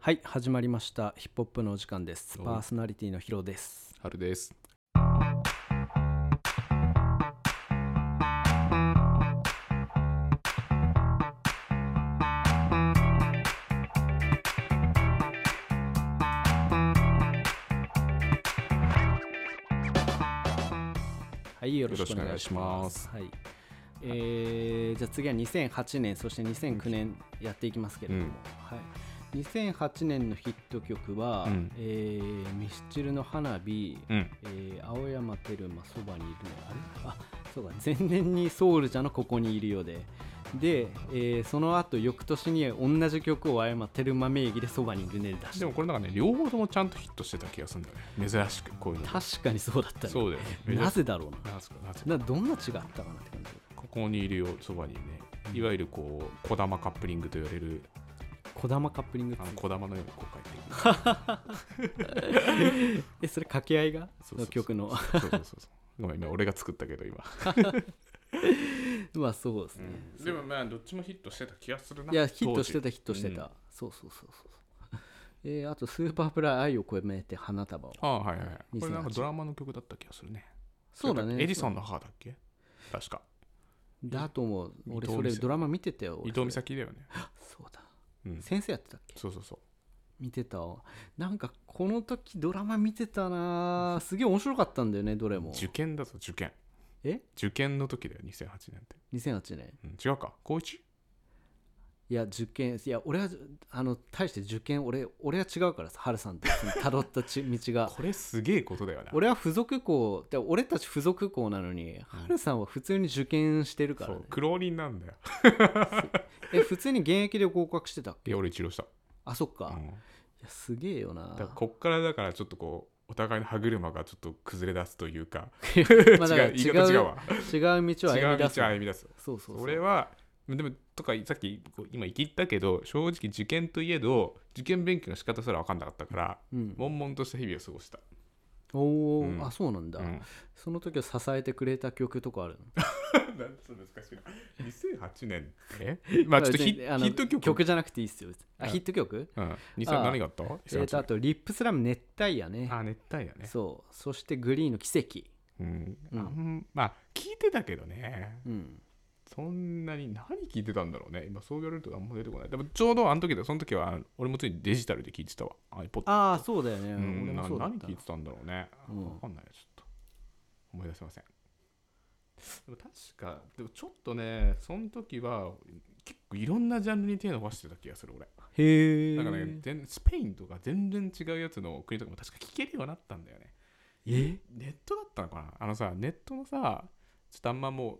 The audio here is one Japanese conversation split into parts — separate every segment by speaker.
Speaker 1: はい始まりましたヒップホップのお時間です
Speaker 2: おい
Speaker 1: パーソナリティのヒロです
Speaker 2: 春です。
Speaker 1: はいよろしくお
Speaker 2: よろしくお
Speaker 1: 願
Speaker 2: 願
Speaker 1: い
Speaker 2: い
Speaker 1: し
Speaker 2: し
Speaker 1: ま
Speaker 2: ますす
Speaker 1: はいえー、じゃあ次は2008年そして2009年やっていきますけれども、
Speaker 2: うん
Speaker 1: はい、2008年のヒット曲は、
Speaker 2: うん
Speaker 1: えーミスチルの花火、
Speaker 2: うん。
Speaker 1: えー青山テルマそばにいるねあれあそうか前年にソウルじゃのここにいるよでで、えーその後翌年に同じ曲を青山テルマ名義でそばにいるねで出し
Speaker 2: で
Speaker 1: た
Speaker 2: もこれなんかね、両方ともちゃんとヒットしてた気がするんだよね。珍しく、こういうの。
Speaker 1: 確かにそうだったね
Speaker 2: そうだよね。
Speaker 1: なぜだろう
Speaker 2: 珍しくなんすかなぜ
Speaker 1: ななどんな違ったかなって感じ
Speaker 2: ここにいるよ、そばにね。いわゆるこう、小玉カップリングと言われる、
Speaker 1: 小玉カップリングっ
Speaker 2: あ
Speaker 1: て
Speaker 2: の小玉のようにこう書いて る。
Speaker 1: えそれ掛け合いが
Speaker 2: そうそうそう
Speaker 1: の曲の
Speaker 2: そうそうそうそう。ごめん、今俺が作ったけど、今。
Speaker 1: まあそうですね、
Speaker 2: でもまあ、どっちもヒットしてた気がするな。
Speaker 1: いやヒットして
Speaker 2: た。
Speaker 1: たヒットしてた、
Speaker 2: うん
Speaker 1: そうそうそうそう えーあと「スーパーフライ愛を超えめて花束を
Speaker 2: ああ、はいはいはい。これな
Speaker 1: 2008
Speaker 2: んかドラマの曲だった気がするね。」
Speaker 1: そうだね
Speaker 2: エジソンの母だっけ確か。
Speaker 1: だと思う俺
Speaker 2: 伊藤
Speaker 1: それ
Speaker 2: 美咲
Speaker 1: ドラマ見てたよ
Speaker 2: 伊
Speaker 1: 俺
Speaker 2: 藤美咲だよね。
Speaker 1: そうだ
Speaker 2: うん。
Speaker 1: 先生やってたっけ
Speaker 2: そうそうそう。
Speaker 1: 見てたわなんかこの時ドラマ見てたなぁすげえ面白かったんだよねどれも
Speaker 2: 受験だぞ、受験。
Speaker 1: え
Speaker 2: 受験の時だよ、2008年って。
Speaker 1: 2008年
Speaker 2: うん、違うか高一
Speaker 1: いや受験いや俺はあの大して受験俺俺は違うからさ春さんとたどったち道が
Speaker 2: これすげえことだよな
Speaker 1: 俺は付属校で俺たち付属校なのに、春さんは普通に受験してるか
Speaker 2: そ
Speaker 1: らね
Speaker 2: う苦労人なんだよ
Speaker 1: え普通に現役で合格してたっ
Speaker 2: い
Speaker 1: け
Speaker 2: や俺一浪した、
Speaker 1: あそっか、
Speaker 2: う
Speaker 1: い
Speaker 2: ん、
Speaker 1: やすげえよな
Speaker 2: だからこっからだからちょっとこうお互いの歯車がちょっと崩れ出すというか
Speaker 1: まあだ
Speaker 2: 違
Speaker 1: から
Speaker 2: う言い方違うわ
Speaker 1: 違う道を
Speaker 2: 違
Speaker 1: 歩み
Speaker 2: う
Speaker 1: 出
Speaker 2: 道を
Speaker 1: すね
Speaker 2: 歩み出す
Speaker 1: そうそうそう
Speaker 2: 俺はでもとかさっきこう今言ったけど正直受験といえど受験勉強の仕方すら分かんなかったから
Speaker 1: うん、
Speaker 2: 悶々とした日々を過ごした、
Speaker 1: おお、
Speaker 2: うん
Speaker 1: あそうなんだ、
Speaker 2: うん、
Speaker 1: その時を支えてくれた曲とかあるの
Speaker 2: なんつうの難しいな2008年 えまあちょっとヒ
Speaker 1: 別
Speaker 2: ヒ
Speaker 1: にあの
Speaker 2: ット曲、
Speaker 1: じゃなくていいっすよ別にあ
Speaker 2: うん
Speaker 1: ヒット曲
Speaker 2: うん、2000何があった
Speaker 1: えーとあ
Speaker 2: 2008
Speaker 1: と「リップスラム熱帯夜ね」
Speaker 2: 年あ熱帯やね
Speaker 1: そうそして「グリーンの奇跡
Speaker 2: うん、
Speaker 1: うん
Speaker 2: あんまあ聞いてたけどね」
Speaker 1: うん
Speaker 2: そんなに何聞いてたんだろうね今そう言われるとあんま出てこないでもちょうどあの時だその時は俺もついにデジタルで聞いてたわ iPod
Speaker 1: ああそうだよね、
Speaker 2: うん
Speaker 1: 俺もそうだっ
Speaker 2: な何
Speaker 1: た
Speaker 2: 聞いてたんだろうね、
Speaker 1: う
Speaker 2: わ
Speaker 1: ん
Speaker 2: かんないちょっと思い出せませんでも確かでもちょっとねその時は結構いろんなジャンルに手伸ばしてた気がする俺
Speaker 1: へえ
Speaker 2: だからね全スペインとか全然違うやつの国とかも確か聞けるようになったんだよね
Speaker 1: え
Speaker 2: ネットだったのかなあのさネットのさちょっとあんまもう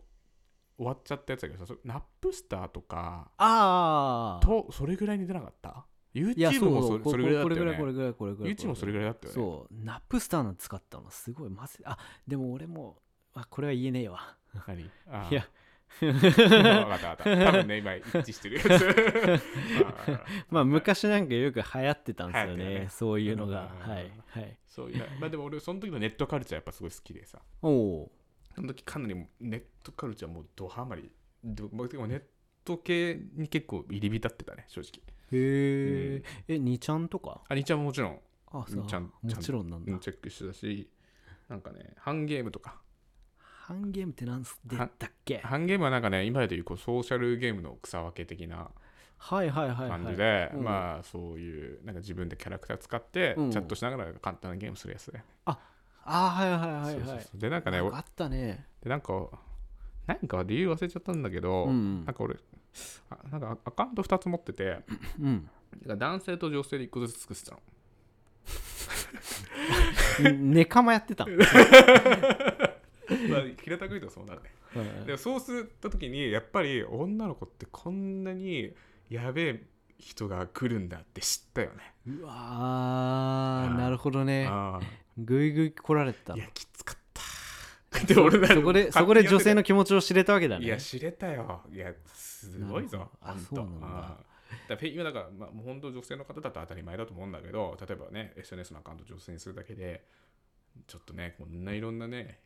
Speaker 2: 終わっちゃったやつだけどさそナップスターとか
Speaker 1: ああ
Speaker 2: とそれぐらいに出なかった
Speaker 1: いや
Speaker 2: ?YouTube
Speaker 1: そう
Speaker 2: もそ
Speaker 1: こ
Speaker 2: それぐらいだ
Speaker 1: こ
Speaker 2: っ
Speaker 1: れ
Speaker 2: た
Speaker 1: ぐ
Speaker 2: よ
Speaker 1: らい
Speaker 2: ね
Speaker 1: これぐらいこれぐらい
Speaker 2: YouTube もそれぐらいだったよね
Speaker 1: そうナップスターの使ったのすごいマジであでも俺もあこれは言えねえわ
Speaker 2: 何あ
Speaker 1: いや
Speaker 2: 分かった分かった多分ね今一致してるやつ
Speaker 1: まあ昔なんかよく流行ってたんですよ
Speaker 2: 流行って
Speaker 1: ね
Speaker 2: たね
Speaker 1: そういうのが
Speaker 2: うん
Speaker 1: はいはい
Speaker 2: そういやまあでも俺その時のネットカルチャーやっぱすごい好きでさ
Speaker 1: おお
Speaker 2: その時かなりもうネットカルチャーもうドハマりどまあでもネット系に結構入り浸ってたね正直
Speaker 1: へえ、え2ちゃんとか
Speaker 2: あにちゃんももちろん
Speaker 1: あそう
Speaker 2: ちゃん
Speaker 1: もちろんなん
Speaker 2: う
Speaker 1: だ
Speaker 2: んチェックしてたしなんかねハンゲームとか
Speaker 1: ハンゲームってなんす出たっけ
Speaker 2: ハンゲームはなんかね今でいうこうソーシャルゲームの草分け的な
Speaker 1: はいはいはいはい
Speaker 2: 感じで、
Speaker 1: うん
Speaker 2: まあそういうなんか自分でキャラクター使って、
Speaker 1: うん
Speaker 2: チャットしながら簡単なゲームするやつで、
Speaker 1: ああはいはいはいはい
Speaker 2: そうそうそうでなんかね
Speaker 1: なん
Speaker 2: お
Speaker 1: かあったね
Speaker 2: でなんかなんか理由忘れちゃったんだけど、
Speaker 1: うん
Speaker 2: なんか俺あなんかアカウント2つ持ってて
Speaker 1: うん
Speaker 2: なんか男性と女性で1個ずつ作ってたの
Speaker 1: ネカマやってたの
Speaker 2: まあ平たく言うとそうなるねでもそうすった時にやっぱり女の子ってこんなにやべえ人が来るんだって知ったよね。
Speaker 1: うわーなるほどね
Speaker 2: あ
Speaker 1: ぐいぐい来られてた
Speaker 2: あい
Speaker 1: の
Speaker 2: やきつかった。で俺
Speaker 1: そこでそこで女性
Speaker 2: の
Speaker 1: の気持ちを知れたわけだね
Speaker 2: いや知れたよ。いやすごいぞ。
Speaker 1: なるほ
Speaker 2: ほ
Speaker 1: どあそうな
Speaker 2: んと
Speaker 1: んだ
Speaker 2: ああだから今だから、まあ、もう本当女性の方だと当たり前だと思うんだけど例えばね SNS のアカウント女性にするだけでちょっとねこんないろんなね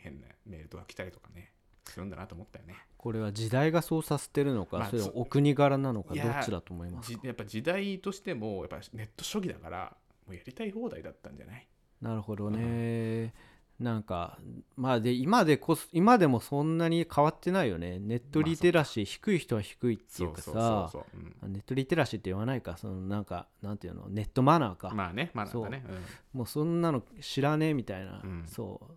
Speaker 2: 変なメールとか来たりとかねするんだなと思ったよね
Speaker 1: これは時代がそうさせてるのか、
Speaker 2: まあ
Speaker 1: それ
Speaker 2: そ
Speaker 1: お国柄なのか
Speaker 2: い
Speaker 1: ど
Speaker 2: やー
Speaker 1: っちだと思います
Speaker 2: じ
Speaker 1: か
Speaker 2: やっぱ時代としてもやっぱネット初期だからもうやりたい放題だったんじゃない
Speaker 1: なるほどね、なんかまあで今でこそ今でもそんなに変わってないよねネットリテラシー低い人は低いっていうか
Speaker 2: そうそう
Speaker 1: さ
Speaker 2: そうそう、うん
Speaker 1: ネットリテラシーって言わないかそのなんかなんていうのネットマナーか、
Speaker 2: まあねまあなんだね
Speaker 1: もうそんなの知らねえみたいな、
Speaker 2: うん
Speaker 1: そう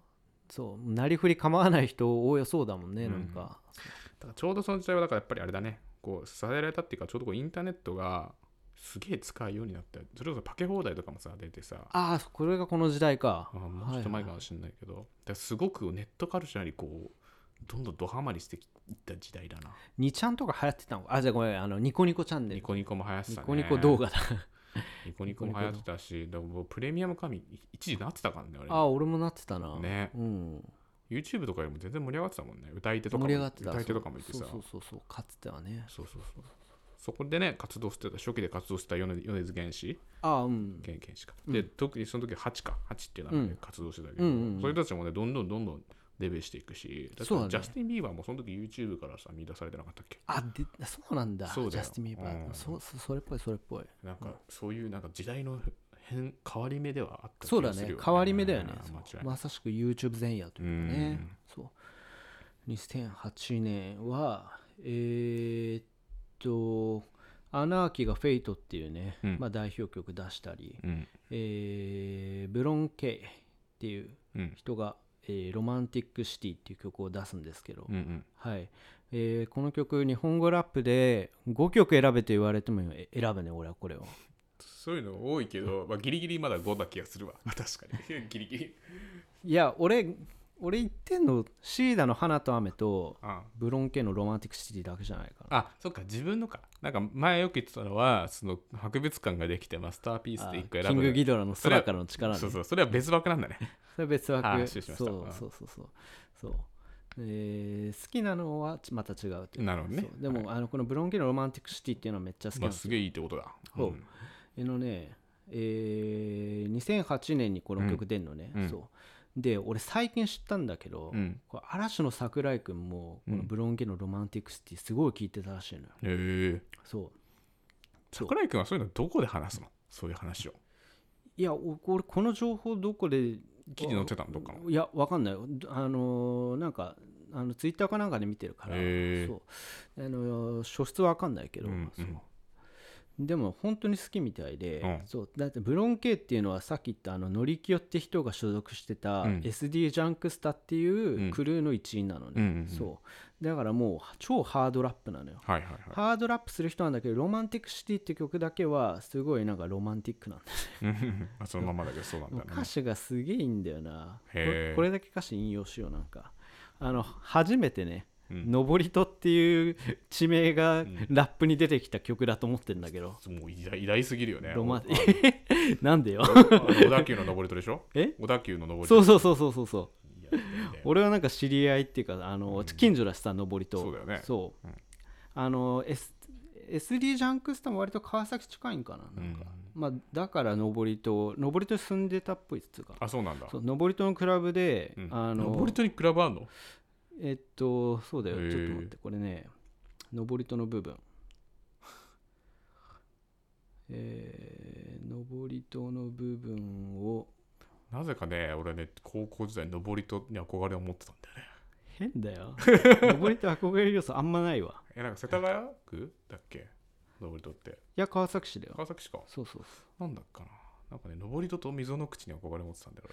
Speaker 1: そうなりふり構わない人多そうだもんね、
Speaker 2: うん
Speaker 1: なんか
Speaker 2: だからちょうどその時代はだからやっぱりあれだねこう支えられたっていうかちょうどこうインターネットがすげえ使うようになってそれこそパケ放題とかもさ出てさ
Speaker 1: ああこれがこの時代か
Speaker 2: あもうちょっと前かもしれないけど、だからすごくネットカルチャーにこうどんどんドハマりしていった時代だな
Speaker 1: 2ちゃんとか流行ってたのあじゃあごめんあのニコニコチャンネ
Speaker 2: ニ
Speaker 1: ル
Speaker 2: コニコも流行って
Speaker 1: ニ
Speaker 2: たね
Speaker 1: コニコ動画だ
Speaker 2: ニコニコも流行ってたしでももうプレミアム神一時なってたからね
Speaker 1: ああ俺
Speaker 2: 俺
Speaker 1: もなってたな、
Speaker 2: ね
Speaker 1: うん、
Speaker 2: YouTube とかよりも全然盛り上がってたもんね歌い手とかも
Speaker 1: 盛り上がってた
Speaker 2: 歌い手とかもいてさ
Speaker 1: そうそうそうそうかつてはね
Speaker 2: そうそうそうそこでね活動してた初期で活動してた米米津玄師
Speaker 1: ああうん
Speaker 2: 元元師か、で特にその時8か8っていう名前で活動してたけど、
Speaker 1: うんうんうん
Speaker 2: そういう人たちもねどんどんどんどんデビューしていくしだって
Speaker 1: そうだね
Speaker 2: ジャスティン・ビーバーもその時 YouTube からさ見出されてなかったっけ
Speaker 1: あでそうなんだ
Speaker 2: そうだ
Speaker 1: ジャ
Speaker 2: よ
Speaker 1: スティン・ビーバー、
Speaker 2: うん
Speaker 1: そうそうそれっぽいそれっぽい
Speaker 2: なんかそういうなんか時代の変変わり目ではあった気
Speaker 1: そうだ
Speaker 2: がする
Speaker 1: ね
Speaker 2: よ
Speaker 1: 変わり目だよね
Speaker 2: うん間違いない
Speaker 1: まさしく YouTube 前夜というかねそう2008年はえーっと「アナーキーがフェイトっていうね、
Speaker 2: うん
Speaker 1: まあ、代表曲出したり、
Speaker 2: うん
Speaker 1: えーブロン・ケイっていう
Speaker 2: うん
Speaker 1: 人が「えーロマンティック・シティ」っていう曲を出すんですけど、
Speaker 2: うんうん
Speaker 1: はいえーこの曲日本語ラップで5曲選べと言われてもえ選ぶね俺はこれを
Speaker 2: そういうの多いけど、まあ、ギリギリまだ5だ気がするわ 確かにギリギリ
Speaker 1: いや俺俺言ってんのシーダの「花と雨」と
Speaker 2: あ
Speaker 1: ブロンケイの「ロマンティック・シティ」だけじゃないかな
Speaker 2: あそっか自分のかなんか前よく言ってたのはその博物館ができてマスターピースで1個選ぶ
Speaker 1: キングギ
Speaker 2: ド
Speaker 1: ドラの空からの力ね
Speaker 2: そうそうそれは別枠なんだね
Speaker 1: それ別
Speaker 2: あ
Speaker 1: 枠
Speaker 2: ー失
Speaker 1: そう
Speaker 2: 礼しましたうん
Speaker 1: そうそうそうそうえー好きなのはちまた違うというか
Speaker 2: なるほどね
Speaker 1: そうでも、あのこの「ブロンケイのロマンティック・シティ」っていうのはめっちゃ好き
Speaker 2: ま
Speaker 1: なん
Speaker 2: あ
Speaker 1: です
Speaker 2: す
Speaker 1: よ、
Speaker 2: げえいいってことだ
Speaker 1: ほうあのね、えー2008年にこの曲出んのね、
Speaker 2: うんうん
Speaker 1: そうで俺最近知ったんだけど、
Speaker 2: うん
Speaker 1: これ嵐の桜井君もこの「ブロンケイのロマンティック・シティ」すごい聴いてたらしいのよ、
Speaker 2: へえ
Speaker 1: そう
Speaker 2: 桜井君はそういうのどこで話すのそういう話を
Speaker 1: いやお俺この情報どこで
Speaker 2: 記事載ってたのどっかの
Speaker 1: いやわかんないどあのーなんかあのツイッターかなんかで見てるから、
Speaker 2: へー
Speaker 1: そうあのー素質はわかんないけど、
Speaker 2: うん
Speaker 1: そう
Speaker 2: うん
Speaker 1: でも本当に好きみたいで、
Speaker 2: うん
Speaker 1: そうだってブロンケイっていうのはさっき言ったあのノリキヨって人が所属してた、
Speaker 2: うん
Speaker 1: SD ジャンクスタって
Speaker 2: う
Speaker 1: いうんクルーの一員なのね、
Speaker 2: うんうんうん
Speaker 1: そうだからもう超ハードラップなのよ
Speaker 2: はいはいはい
Speaker 1: ハードラップする人なんだけど「ロマンティックシティ」っていう曲だけはすごいなんかロマンティックなんだよね
Speaker 2: うんあそのままだけどそうなんだね
Speaker 1: 歌詞がすげえいいんだよなこ
Speaker 2: へ
Speaker 1: れ
Speaker 2: ー
Speaker 1: これだけ歌詞引用しようなんかあの初めてね「
Speaker 2: うん
Speaker 1: 登りと」っていう地名が
Speaker 2: ん
Speaker 1: ラップに出てきた曲だと思ってんだけど、
Speaker 2: もう偉大偉大すぎるよね
Speaker 1: ロマン
Speaker 2: あ
Speaker 1: なんでよ
Speaker 2: の小田急の登りとでしょ
Speaker 1: え
Speaker 2: 小田急の登り
Speaker 1: そううそうそうそうそうそう俺
Speaker 2: 俺
Speaker 1: はなんか知り合いっていうかあの、近所だしさ登りと
Speaker 2: そうだよね
Speaker 1: そう
Speaker 2: うん
Speaker 1: あの、S、SD ジャンクスタも割と川崎近いんかななんか、まあ、だから登りと登りと住んでたっぽいっつうか
Speaker 2: あそうなんだ
Speaker 1: そう登りとのクラブで、
Speaker 2: うん
Speaker 1: あの
Speaker 2: 登りとにクラブあんの
Speaker 1: えっとそうだよ
Speaker 2: へ
Speaker 1: ちょ
Speaker 2: ー
Speaker 1: っと待ってこれね登りとの部分えー、登りとの部分を
Speaker 2: なぜかね俺ね高校時代登りとに憧れを持ってたんだよね
Speaker 1: 変だよ 登りと憧れる要素あんまないわ
Speaker 2: えなんか世田谷区だっけ登りとって
Speaker 1: いや川崎市だよ
Speaker 2: 川崎市か
Speaker 1: そうそうそ
Speaker 2: なんだっかななんかね登りとと溝の口に憧れを持ってたんだよ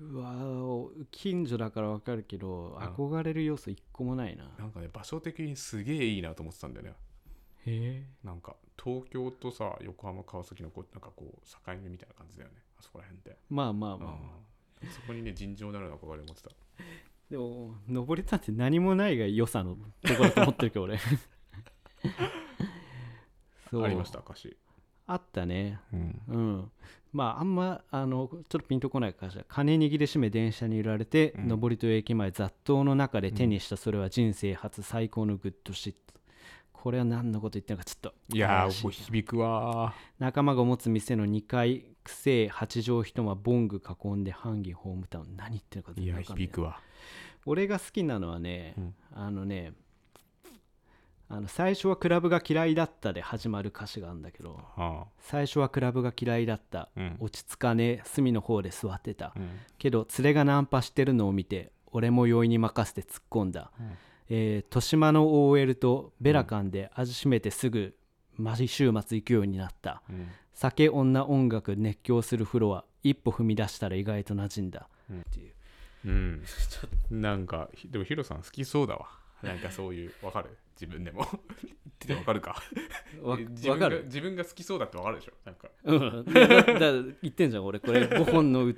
Speaker 1: ううわー近所だからわかるけど
Speaker 2: ん
Speaker 1: 憧れる要素一個もないな
Speaker 2: 俺なんかね場所的にすげえいいなと思ってたんだよね
Speaker 1: へえ
Speaker 2: なんか東京とさ横浜川崎のこうなんかこう境目みたいな感じだよねあそこら辺って
Speaker 1: まあまあまあ、
Speaker 2: うんそこにね尋常なる憧れを持ってた
Speaker 1: でも登りたって何もないが良さのところだと思ってるけ ど俺そう
Speaker 2: ありました歌詞
Speaker 1: あったね
Speaker 2: うん
Speaker 1: うんまああんまあのちょっとピンとこないかしら金握りしめ電車に揺られて、
Speaker 2: うん
Speaker 1: 上りと駅前雑踏の中で手にしたそれは人生初最高のグッドシット、これは何のこと言ってるのかちょっと
Speaker 2: いや
Speaker 1: 怪
Speaker 2: ー
Speaker 1: し
Speaker 2: こう響くわ
Speaker 1: 仲間が持つ店の2階くせえ8畳一間ボング囲んでハンギーホームタウン何言ってるのか
Speaker 2: ー
Speaker 1: 全
Speaker 2: い
Speaker 1: 然
Speaker 2: や
Speaker 1: わかんない
Speaker 2: 響くわ
Speaker 1: 俺が好きなのはね、
Speaker 2: うん
Speaker 1: あのねあの最初はクラブが嫌いだったで始まる歌詞があるんだけど
Speaker 2: は
Speaker 1: 最初はクラブが嫌いだった
Speaker 2: あうん
Speaker 1: 落ち着かねえ隅の方で座ってた
Speaker 2: うん
Speaker 1: けど連れがナンパしてるのを見て俺も容易に任せて突っ込んだ、
Speaker 2: うん
Speaker 1: えー豊島の OL とベラカンで味しめてすぐ毎週末行くようになった
Speaker 2: うん
Speaker 1: 酒女音楽熱狂するフロア一歩踏み出したら意外と馴染んだ、
Speaker 2: うん
Speaker 1: っていう
Speaker 2: うん、なんかひでもヒロさん好きそうだわなんかそういうわかる自分でも でもわかるか
Speaker 1: わ
Speaker 2: 自
Speaker 1: 分
Speaker 2: 分
Speaker 1: か
Speaker 2: が
Speaker 1: る
Speaker 2: 自分が好きそうだってわかるでしょなんか
Speaker 1: うん、だだだ言ってんじゃん俺これ5本のうう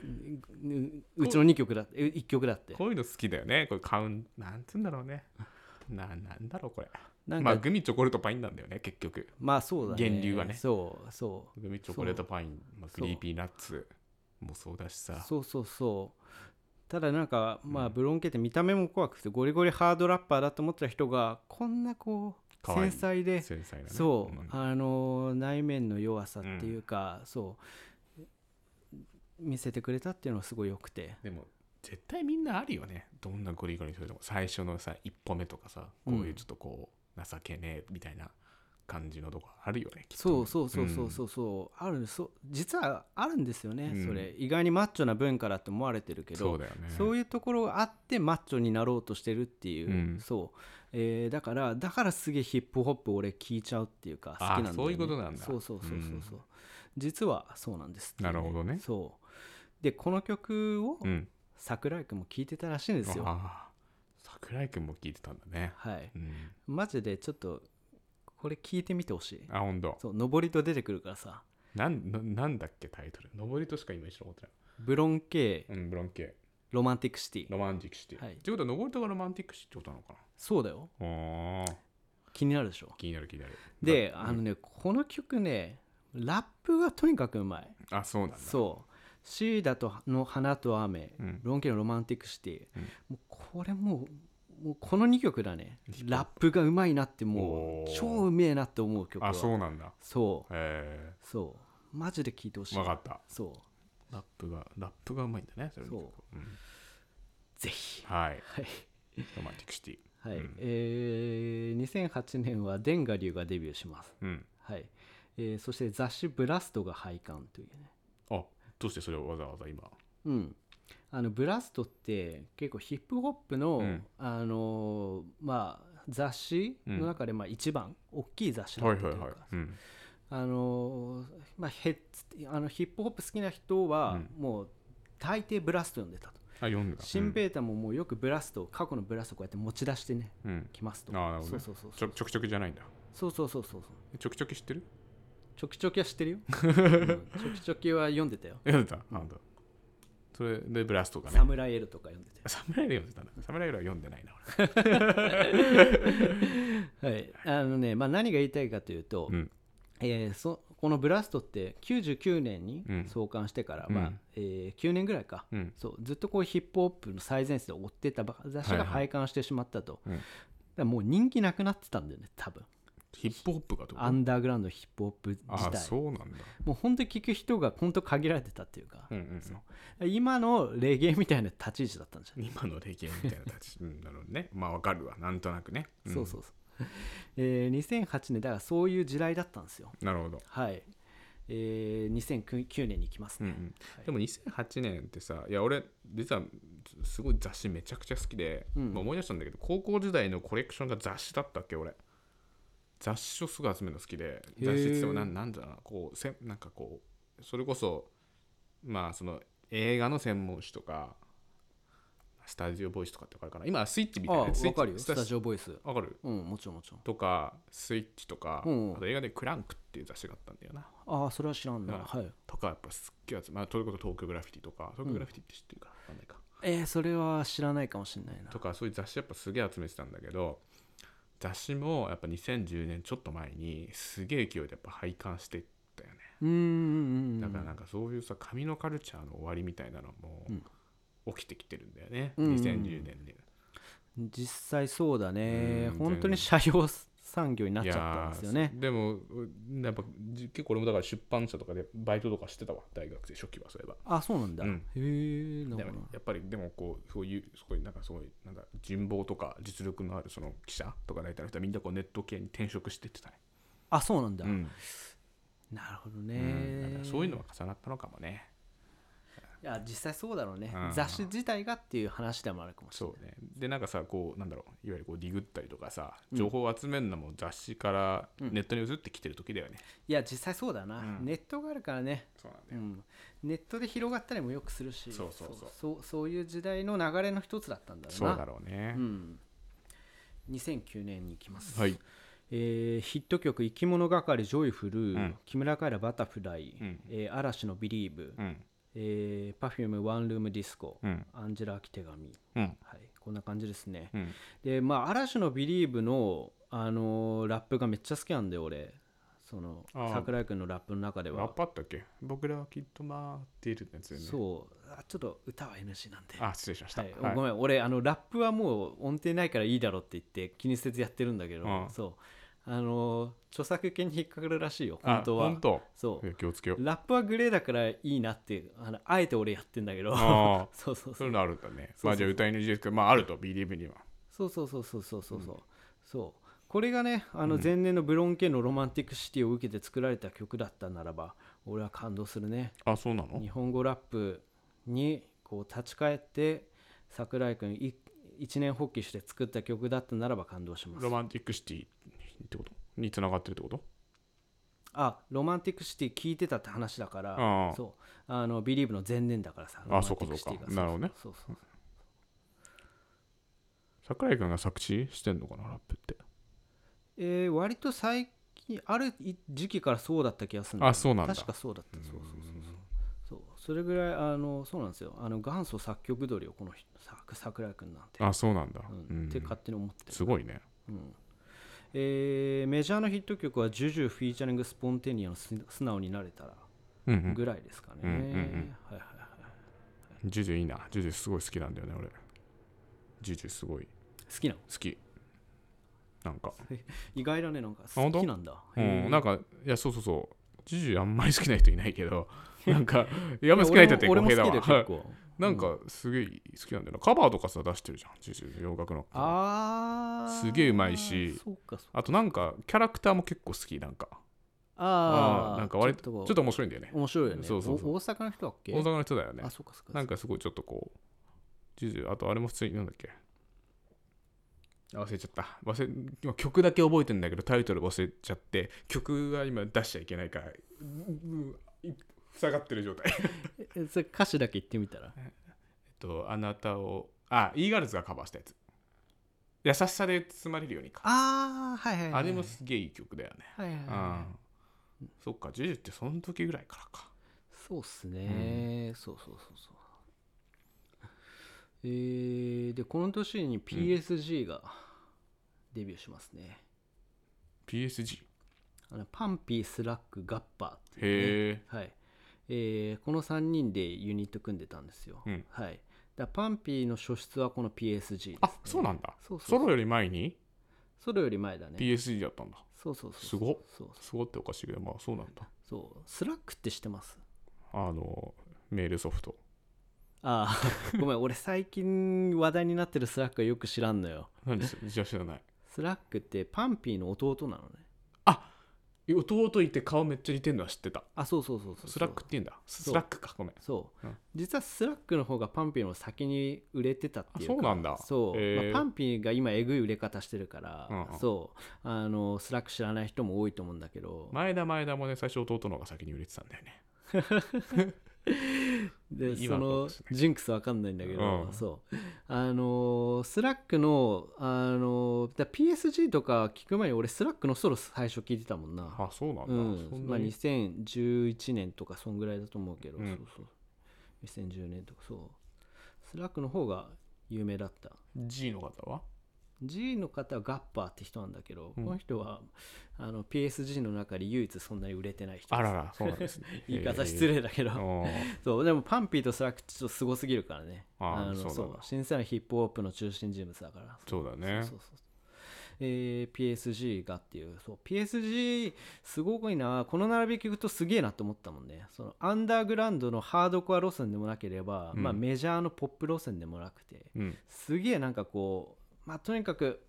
Speaker 1: うちの2曲だって1曲だって
Speaker 2: こういうの好きだよねこれカウンなんつうんだろうねななんだろうこれ
Speaker 1: なん
Speaker 2: ま
Speaker 1: か、
Speaker 2: あ
Speaker 1: まあ、
Speaker 2: グミチョコレートパインなんだよね結局
Speaker 1: そうだね
Speaker 2: 源流はね
Speaker 1: そうそう
Speaker 2: グミチョコレートパイン、まあ、ク
Speaker 1: そう
Speaker 2: リーピーナッツもそうだしさ
Speaker 1: そうそうそうただなんかまあ
Speaker 2: うん
Speaker 1: ブロンケって見た目も怖くてゴリゴリハードラッパーだと思ってた人がこんなこう
Speaker 2: 可愛
Speaker 1: 繊細
Speaker 2: い
Speaker 1: で
Speaker 2: 繊細な、ね、
Speaker 1: そう、
Speaker 2: ん
Speaker 1: あのー内面の弱さっていうか、そう見せてくれたっていうのはすごい良くて
Speaker 2: でも絶対みんなあるよねどんなゴリゴリするでも最初のさ一歩目とかさこういうちょっとこう、情けねえみたいな感じのとこあるよねきっと
Speaker 1: そうそうそうそう
Speaker 2: う
Speaker 1: そうそう、あるそう実はあるんですよね、
Speaker 2: うん
Speaker 1: それ意外にマッチョな文化だって思われてるけ
Speaker 2: ん
Speaker 1: ど
Speaker 2: そうだよね
Speaker 1: そう
Speaker 2: いう
Speaker 1: いうところがあってマッチョになろうとしてるっていう、
Speaker 2: うん
Speaker 1: そう、えーだからだからすげえヒップホップ俺聞いちゃうっていうか好きなんだよ、ね、
Speaker 2: あそういうことなんだ
Speaker 1: そうそうそうそうそう実はそうなんですっていう、
Speaker 2: なるほどね
Speaker 1: そうでこの曲を
Speaker 2: うん
Speaker 1: 桜井君も聞いてたらしいんですよ、
Speaker 2: ああ桜井くんも聞いてたんだね
Speaker 1: はい
Speaker 2: うん
Speaker 1: マジでちょっとこれ聞いてみてほしい
Speaker 2: あ本当。
Speaker 1: そう上りと出てくるからさ
Speaker 2: なんななんだっけタイトル上りとしかイメージ残ってな
Speaker 1: ブロン系
Speaker 2: いうんブロンケ
Speaker 1: ロマンティックシティ
Speaker 2: ロマンティックシティ、
Speaker 1: はい
Speaker 2: ってことは上りとがロマンティックシティってことなのかな
Speaker 1: そうだよ
Speaker 2: あー
Speaker 1: 気になるでしょ
Speaker 2: 気になる気になる
Speaker 1: で
Speaker 2: だ
Speaker 1: あのねこの曲ねラップがとにかくうまい
Speaker 2: あそうなんだ
Speaker 1: そうシーダとの花と雨、
Speaker 2: うん
Speaker 1: ロンケのロマンティックシティ、
Speaker 2: うん
Speaker 1: もうこれもうもうこの2曲だね
Speaker 2: いい
Speaker 1: ラップがうまいなっても
Speaker 2: お
Speaker 1: う
Speaker 2: ー
Speaker 1: 超うめえなって思う曲は
Speaker 2: あそうなんだ
Speaker 1: そう
Speaker 2: え
Speaker 1: そうマジで聴いてほし
Speaker 2: え
Speaker 1: い
Speaker 2: わかった
Speaker 1: そ
Speaker 2: ラップが、ラップがうまいんだね、それの曲うん
Speaker 1: うぜひ
Speaker 2: はい。
Speaker 1: はい
Speaker 2: ロマンティックシティ。
Speaker 1: はい、
Speaker 2: うん
Speaker 1: えー2008年はデンガリュウがデビューします、
Speaker 2: うん。
Speaker 1: はいえーそして雑誌「ブラスト」が廃刊というね
Speaker 2: あ、どうしてそれをわざわざ今。
Speaker 1: うん、あのブラストって結構ヒップホップの、
Speaker 2: うん
Speaker 1: あのーまあ、雑誌の中でまあ一番大きい雑誌だ
Speaker 2: は
Speaker 1: っ
Speaker 2: い
Speaker 1: たと
Speaker 2: はいいう
Speaker 1: か
Speaker 2: はい。うん。
Speaker 1: あのーまあヘッあのヒップホップ好きな人は
Speaker 2: うん
Speaker 1: もう大抵ブラスト読んでたと、
Speaker 2: あ、読んでた。
Speaker 1: シンベータももうよくブラストを過去のブラストをこうやって持ち出してね
Speaker 2: うん。うん。
Speaker 1: きますと
Speaker 2: あーなるほどね
Speaker 1: そうそうそう
Speaker 2: ちょ、ちょくちょくじゃないんだ。
Speaker 1: そうそうそうそうそう
Speaker 2: ちょくちょく知ってる。
Speaker 1: ちょきちょきは知って るよ、うん、ちょきちょきは読んでたよ
Speaker 2: 読んでた。なんだ。それでブラスト
Speaker 1: 「
Speaker 2: がね
Speaker 1: サ。ムライエル」とか読んでたよ
Speaker 2: サムライル読んでたんだ。サムライルは読んでないな。俺
Speaker 1: はい、あのね、まあ、何が言いたいかというと、
Speaker 2: うん
Speaker 1: えーそこのブラストって99年に
Speaker 2: うん
Speaker 1: 創刊してから、
Speaker 2: うん
Speaker 1: まあえー9年ぐらいか、
Speaker 2: うん。
Speaker 1: そうずっとこうヒップホップの最前線で追ってたば雑誌
Speaker 2: はい
Speaker 1: が
Speaker 2: はい
Speaker 1: 廃刊してしまったと、
Speaker 2: うん
Speaker 1: だからもう人気なくなってたんだよね多分
Speaker 2: ヒップホップがと。
Speaker 1: アンダーグラウンドヒップホップ自
Speaker 2: あ、
Speaker 1: 体
Speaker 2: そうなんだ。
Speaker 1: もう本当に聞く人が本当限られてたっていうか、
Speaker 2: うんうん。
Speaker 1: そう今のレゲエみたいな立ち位置だったんじゃない
Speaker 2: 今の霊験みたいな立ち。うん、なるほどね。まあ、わかるわ。なんとなくね。ん
Speaker 1: そうそうそう、えー2008年だからそういう時代だったんですよ
Speaker 2: なるほど。
Speaker 1: はい、えー、2009年に行きます
Speaker 2: うんう
Speaker 1: ね、
Speaker 2: ん
Speaker 1: はい
Speaker 2: でも2008年ってさいや俺実はすごい雑誌めちゃくちゃ好きで、
Speaker 1: うん
Speaker 2: まあ思い出したんだけど高校時代のコレクションが雑誌だったっけ俺雑誌をすぐ集めるの好きで
Speaker 1: ー
Speaker 2: 雑誌って言ってもなんなんだろうなこうせんなんかこうそれこそまあその映画の専門誌とかスタジオボイスとかってわかるかな今はスイッチみたいな
Speaker 1: ああ
Speaker 2: やつ
Speaker 1: 分かるよ
Speaker 2: ス
Speaker 1: スタ
Speaker 2: タジ
Speaker 1: ジオボイス
Speaker 2: オわかる
Speaker 1: うんもちろんもちろん
Speaker 2: とかスイッチとか、
Speaker 1: うんうん
Speaker 2: あと映画で「クランク」っていう雑誌があったんだよな
Speaker 1: ああそれは知らんな、
Speaker 2: うん
Speaker 1: はい
Speaker 2: とかやっぱすっげえ集めまあそれこそ東京グラフィティとか東京グラフィティって知ってるかわかんないか
Speaker 1: えー、それは知らないかもしれないな
Speaker 2: とかそういう雑誌やっぱすげえ集めてたんだけど雑誌もやっぱ2010年ちょっと前にすげえ勢いでやっぱ廃刊してったよね、
Speaker 1: うーんうんうん
Speaker 2: だからなんかそういうさ紙のカルチャーの終わりみたいなのも
Speaker 1: うん
Speaker 2: 起きてきてるんだよね、
Speaker 1: うんうんうん
Speaker 2: 2010年で、
Speaker 1: 実際そうだね
Speaker 2: うん
Speaker 1: 本当に斜陽産業になっちゃったんですよね
Speaker 2: いやーでもやっぱじ結構俺もだから出版社とかでバイトとかしてたわ大学生初期はそういえば
Speaker 1: あそうなんだ、
Speaker 2: うん
Speaker 1: へえな
Speaker 2: で
Speaker 1: る
Speaker 2: も
Speaker 1: ほ
Speaker 2: ね
Speaker 1: ど
Speaker 2: やっぱりでもこうそういうすごいなんかそういうなんだ人望とか実力のあるその記者とかライターの人はみんなこうネット系に転職してってたね、
Speaker 1: あそうなんだ、
Speaker 2: うん
Speaker 1: なるほど
Speaker 2: うんだか
Speaker 1: ね
Speaker 2: らそういうのが重なったのかもね
Speaker 1: いや実際そうだろうね、
Speaker 2: うん
Speaker 1: 雑誌自体がっていう話でもあるかもしれ
Speaker 2: そうねでなんかさこうなんだろういわゆるこうディグったりとかさ情報を集めるのも雑誌からネットに移ってきてる時だよね、
Speaker 1: ないいや実際そうだな、
Speaker 2: うん
Speaker 1: ネットがあるからね、
Speaker 2: そうなんだ
Speaker 1: う
Speaker 2: よ、
Speaker 1: ん、ネットで広がったりもよくするし
Speaker 2: そうそうそう
Speaker 1: そうそういう時代の流れの一つだったんだろう
Speaker 2: そ
Speaker 1: な
Speaker 2: うだろうね、
Speaker 1: うん、2009年に行きます、
Speaker 2: はい、
Speaker 1: えーヒット曲「生き物がかりジョイフル」
Speaker 2: うん
Speaker 1: 木村カエラバタフライ」
Speaker 2: うん
Speaker 1: えー嵐のビリーブ」
Speaker 2: うん
Speaker 1: えー、Perfume ワンルームディスコ」
Speaker 2: うん
Speaker 1: アンジェラ・秋手紙」
Speaker 2: うん
Speaker 1: はい、こんな感じですね、
Speaker 2: うん
Speaker 1: でまあ嵐のビリーブの、あのーラップがめっちゃ好きなんで俺その
Speaker 2: あー
Speaker 1: 桜井君のラップの中で
Speaker 2: ラッ
Speaker 1: は
Speaker 2: プあったっけ僕らはきっと待っているってやつよね
Speaker 1: そうあちょっと歌は NG なんで
Speaker 2: あ失礼しました、
Speaker 1: はいごめん俺あのラップはもう音程ないからいいだろって言って気にせずやってるんだけど、
Speaker 2: うん
Speaker 1: そうあのー著作権に引っかかるらしいよ
Speaker 2: あ
Speaker 1: 本当は
Speaker 2: 本当
Speaker 1: そ
Speaker 2: いや気をつけよ
Speaker 1: う
Speaker 2: う
Speaker 1: ラップはグレーだからいいなってあのあえて俺やってんだけど
Speaker 2: あ
Speaker 1: そうそう
Speaker 2: そ
Speaker 1: そう
Speaker 2: いううのあるんだ
Speaker 1: そう
Speaker 2: ね
Speaker 1: そう
Speaker 2: まあじゃあ歌いの字ですけどまああると BDB には
Speaker 1: そうそうそうそうそうそうそうそうこれがねあの前年のブロンケの「ロマンティックシティ」を受けて作られた曲だったならば俺は感動するね
Speaker 2: あそうなの
Speaker 1: 日本語ラップにこう立ち返って桜井君い一年発起して作った曲だったならば感動します
Speaker 2: ロマンティックシティってことに繋がってるってこと
Speaker 1: あロマンティックシティ聞いてたって話だから
Speaker 2: ああ
Speaker 1: そうあのビリーブの前年だからさ
Speaker 2: あそうか
Speaker 1: ロマンティックシティが
Speaker 2: そうかなるほどね
Speaker 1: そうそう
Speaker 2: 桜井君が作詞してんのかなラップって
Speaker 1: えー割と最近ある時期からそうだった気がするんだよね
Speaker 2: あそうなんだ
Speaker 1: 確かそうだったそうそうそうそうそうそれぐらいあのそうなんですよあの元祖作曲鳥をこの人さ桜井君なんて、
Speaker 2: あそうなんだ、
Speaker 1: うん
Speaker 2: うん
Speaker 1: って勝手に思ってる、
Speaker 2: すごいね
Speaker 1: うんえーメジャーのヒット曲は「ジュジュフィーチャリングスポンテニアのす素直になれたら
Speaker 2: うんう」ん
Speaker 1: ぐらいですかね、
Speaker 2: うんうんうん
Speaker 1: はいはいはい
Speaker 2: ジュジュいいなジュジュすごい好きなんだよね俺ジュジュすごい
Speaker 1: 好きなの
Speaker 2: 好きなんか
Speaker 1: 意外だねなんか好
Speaker 2: 本当
Speaker 1: きなんだ
Speaker 2: うん、
Speaker 1: な
Speaker 2: なんか、いや、そうそうそう、ジュジュあんまり好きな人いないけど、なんか、いやあんまり好きな人って
Speaker 1: 俺も俺も好きだ
Speaker 2: 語
Speaker 1: よ
Speaker 2: 弊だわ
Speaker 1: 結。構
Speaker 2: なんか、すげえ好きなんだよな。カバーとかさ、出してるじゃん、ジュジュ、洋楽の。あ
Speaker 1: あー
Speaker 2: すげえうまいし
Speaker 1: そうかそうか
Speaker 2: と、なんか、キャラクターも結構好き、なんか。
Speaker 1: あ
Speaker 2: ー
Speaker 1: あ
Speaker 2: なんか割と、
Speaker 1: ち
Speaker 2: ち
Speaker 1: ょ
Speaker 2: ょ
Speaker 1: っ
Speaker 2: っ
Speaker 1: と
Speaker 2: と面白いんだよね。
Speaker 1: 面白いよね
Speaker 2: そうそうそう
Speaker 1: お大阪の人だっけ
Speaker 2: 大阪の人だよね
Speaker 1: あ。そうかそうか
Speaker 2: なんか、すごいちょっとこう、ジュジュ、あと、あれも普通に、なんだっけ。あ忘れちゃった忘れ今曲だけ覚えてんだけどタイトル忘れちゃって曲が今出しちゃいけないからうんうん塞がってる 状態
Speaker 1: えそれ歌詞だけ言ってみたら
Speaker 2: えっと、あなたを、あ、イーガールズがカバーしたやつ。優しさで包まれるようにか。
Speaker 1: ああはいはい
Speaker 2: あれもすげえいい曲だよね。
Speaker 1: はいはい
Speaker 2: うん
Speaker 1: は。
Speaker 2: そっか、ジュジュってその時ぐらいからか。
Speaker 1: いそうっすねそうそうそうそうえーでこの年に PSG がデビューしますね
Speaker 2: PSG。
Speaker 1: あのパンピースラックガッパーっていうね
Speaker 2: へえ。
Speaker 1: はいえーこの3人でユニット組んでたんですよ、
Speaker 2: うん
Speaker 1: はい、だパンピーの初出はこの PSG ですね、
Speaker 2: あ、そうなんだ。
Speaker 1: そうそうそ
Speaker 2: ソ
Speaker 1: う
Speaker 2: ロより前に
Speaker 1: ソロより前だね
Speaker 2: PSG だったんだ。
Speaker 1: そうそうそう
Speaker 2: すごっ
Speaker 1: そう
Speaker 2: すごっておかしいけど、まあそうなんだ。
Speaker 1: そうスラックって知ってます
Speaker 2: あの、メールソフト。
Speaker 1: ああごめん俺最近話題になってるスラックはよく知らんのよ
Speaker 2: 何です じゃあ知らない。
Speaker 1: スラックってパンピーの弟なのね
Speaker 2: あ弟いて顔めっちゃ似てんのは知ってた。
Speaker 1: あそうそうそうそう
Speaker 2: スラックって言うんだ。
Speaker 1: そ
Speaker 2: ス
Speaker 1: う
Speaker 2: ラックか、ごめん。
Speaker 1: そう、
Speaker 2: うん
Speaker 1: 実はスラックの方がパンピーの方が先に売れてたっていうか
Speaker 2: あそうなんだ
Speaker 1: そう
Speaker 2: へー
Speaker 1: まあパンピーが今えぐい売れ方してるから、
Speaker 2: うんうん
Speaker 1: そうあのスラック知らない人も多いと思うんだけど、
Speaker 2: 前田前田もね、最初弟の方が先に売れてたんだよね。
Speaker 1: で
Speaker 2: 今
Speaker 1: そ
Speaker 2: の
Speaker 1: の
Speaker 2: ですね
Speaker 1: ジンクスわかんないんだけど、
Speaker 2: うん
Speaker 1: そうあのースラックの、あのーだ PSG とか聞く前に俺スラックのソロ最初聞いてたもんな
Speaker 2: あ、そうなん
Speaker 1: う
Speaker 2: だ。
Speaker 1: ん
Speaker 2: そん
Speaker 1: ま
Speaker 2: な
Speaker 1: あ、
Speaker 2: に
Speaker 1: 2011年とかそんぐらいだと思うけど、
Speaker 2: うん
Speaker 1: そうそう2010年とかそうスラックの方が有名だった
Speaker 2: G の方は
Speaker 1: G の方はガッパーって人なんだけど、
Speaker 2: うん
Speaker 1: この人はあの PSG の中で唯一そんなに売れてない人です
Speaker 2: あらら、そうなんです
Speaker 1: 。
Speaker 2: ね
Speaker 1: 言い方失礼だけど、
Speaker 2: えー。おー
Speaker 1: そうでもパンピーとスラックってちょっとすごすぎるからね
Speaker 2: あー
Speaker 1: の
Speaker 2: そうなんだ
Speaker 1: 新鮮なヒップホップの中心人物だから
Speaker 2: そうだね
Speaker 1: そうそうそうえー PSG がっていうそう PSG すごいなこの並び聞くとすげえなと思ったもんねそのアンダーグラウンドのハードコア路線でもなければ、
Speaker 2: うん
Speaker 1: まあ、メジャーのポップ路線でもなくて
Speaker 2: うん
Speaker 1: すげえなんかこう、まあ、とにかく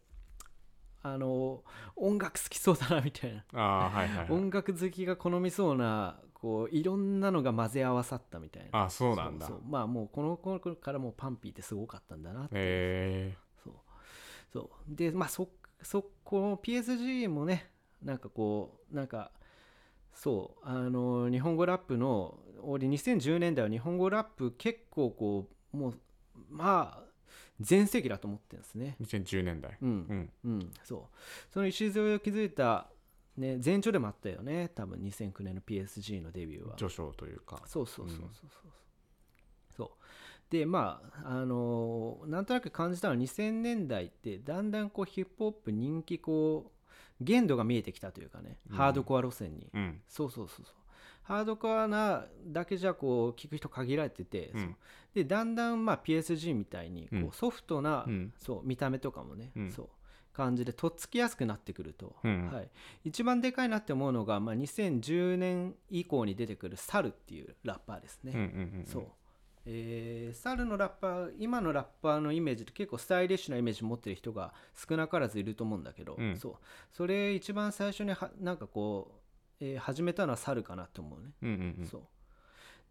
Speaker 1: あの音楽好きそうだなみたいな
Speaker 2: ああはいはい、はい、
Speaker 1: 音楽好きが好みそうなこういろんなのが混ぜ合わさったみたいな
Speaker 2: ああそうなんだ
Speaker 1: そうまあもうこの頃からもうパンピーってすごかったんだなって
Speaker 2: へ
Speaker 1: そうそうでまあそそこの PSG もねなんかこうなんかそうあの日本語ラップの俺2010年代は日本語ラップ結構こうもうまあ全盛期だと思ってるんですね
Speaker 2: え2010年代
Speaker 1: うん
Speaker 2: うん
Speaker 1: うん、そう。その礎を築いた、ね、前兆でもあったよね、多分2009年の PSG のデビューは。
Speaker 2: 序章というか
Speaker 1: そうそうそうそうそううんそう。そうでまああのーなんとなく感じたのは2000年代ってだんだんこうヒップホップ人気こう限度が見えてきたというかね、
Speaker 2: うん
Speaker 1: ハードコア路線に、
Speaker 2: うん
Speaker 1: そうそうそうそうハードコアなだけじゃこう聞く人限られてて、
Speaker 2: う
Speaker 1: そうんでだんだんまあ PSG みたいにこ
Speaker 2: うん
Speaker 1: うソフトな、
Speaker 2: うん
Speaker 1: そう見た目とかもね、
Speaker 2: うん
Speaker 1: そう感じでとっつきやすくなってくると、
Speaker 2: うん
Speaker 1: はい、一番でかいなって思うのが、まあ、2010年以降に出てくるサルっていうラッパーです
Speaker 2: うんうん
Speaker 1: ね、
Speaker 2: うん
Speaker 1: そう、えーサルのラッパー今のラッパーのイメージって結構スタイリッシュなイメージ持ってる人が少なからずいると思うんだけど、
Speaker 2: うん
Speaker 1: そうそれ一番最初にはなんかこう、えー始めたのはサルかなって思うね
Speaker 2: うんうんうん
Speaker 1: そう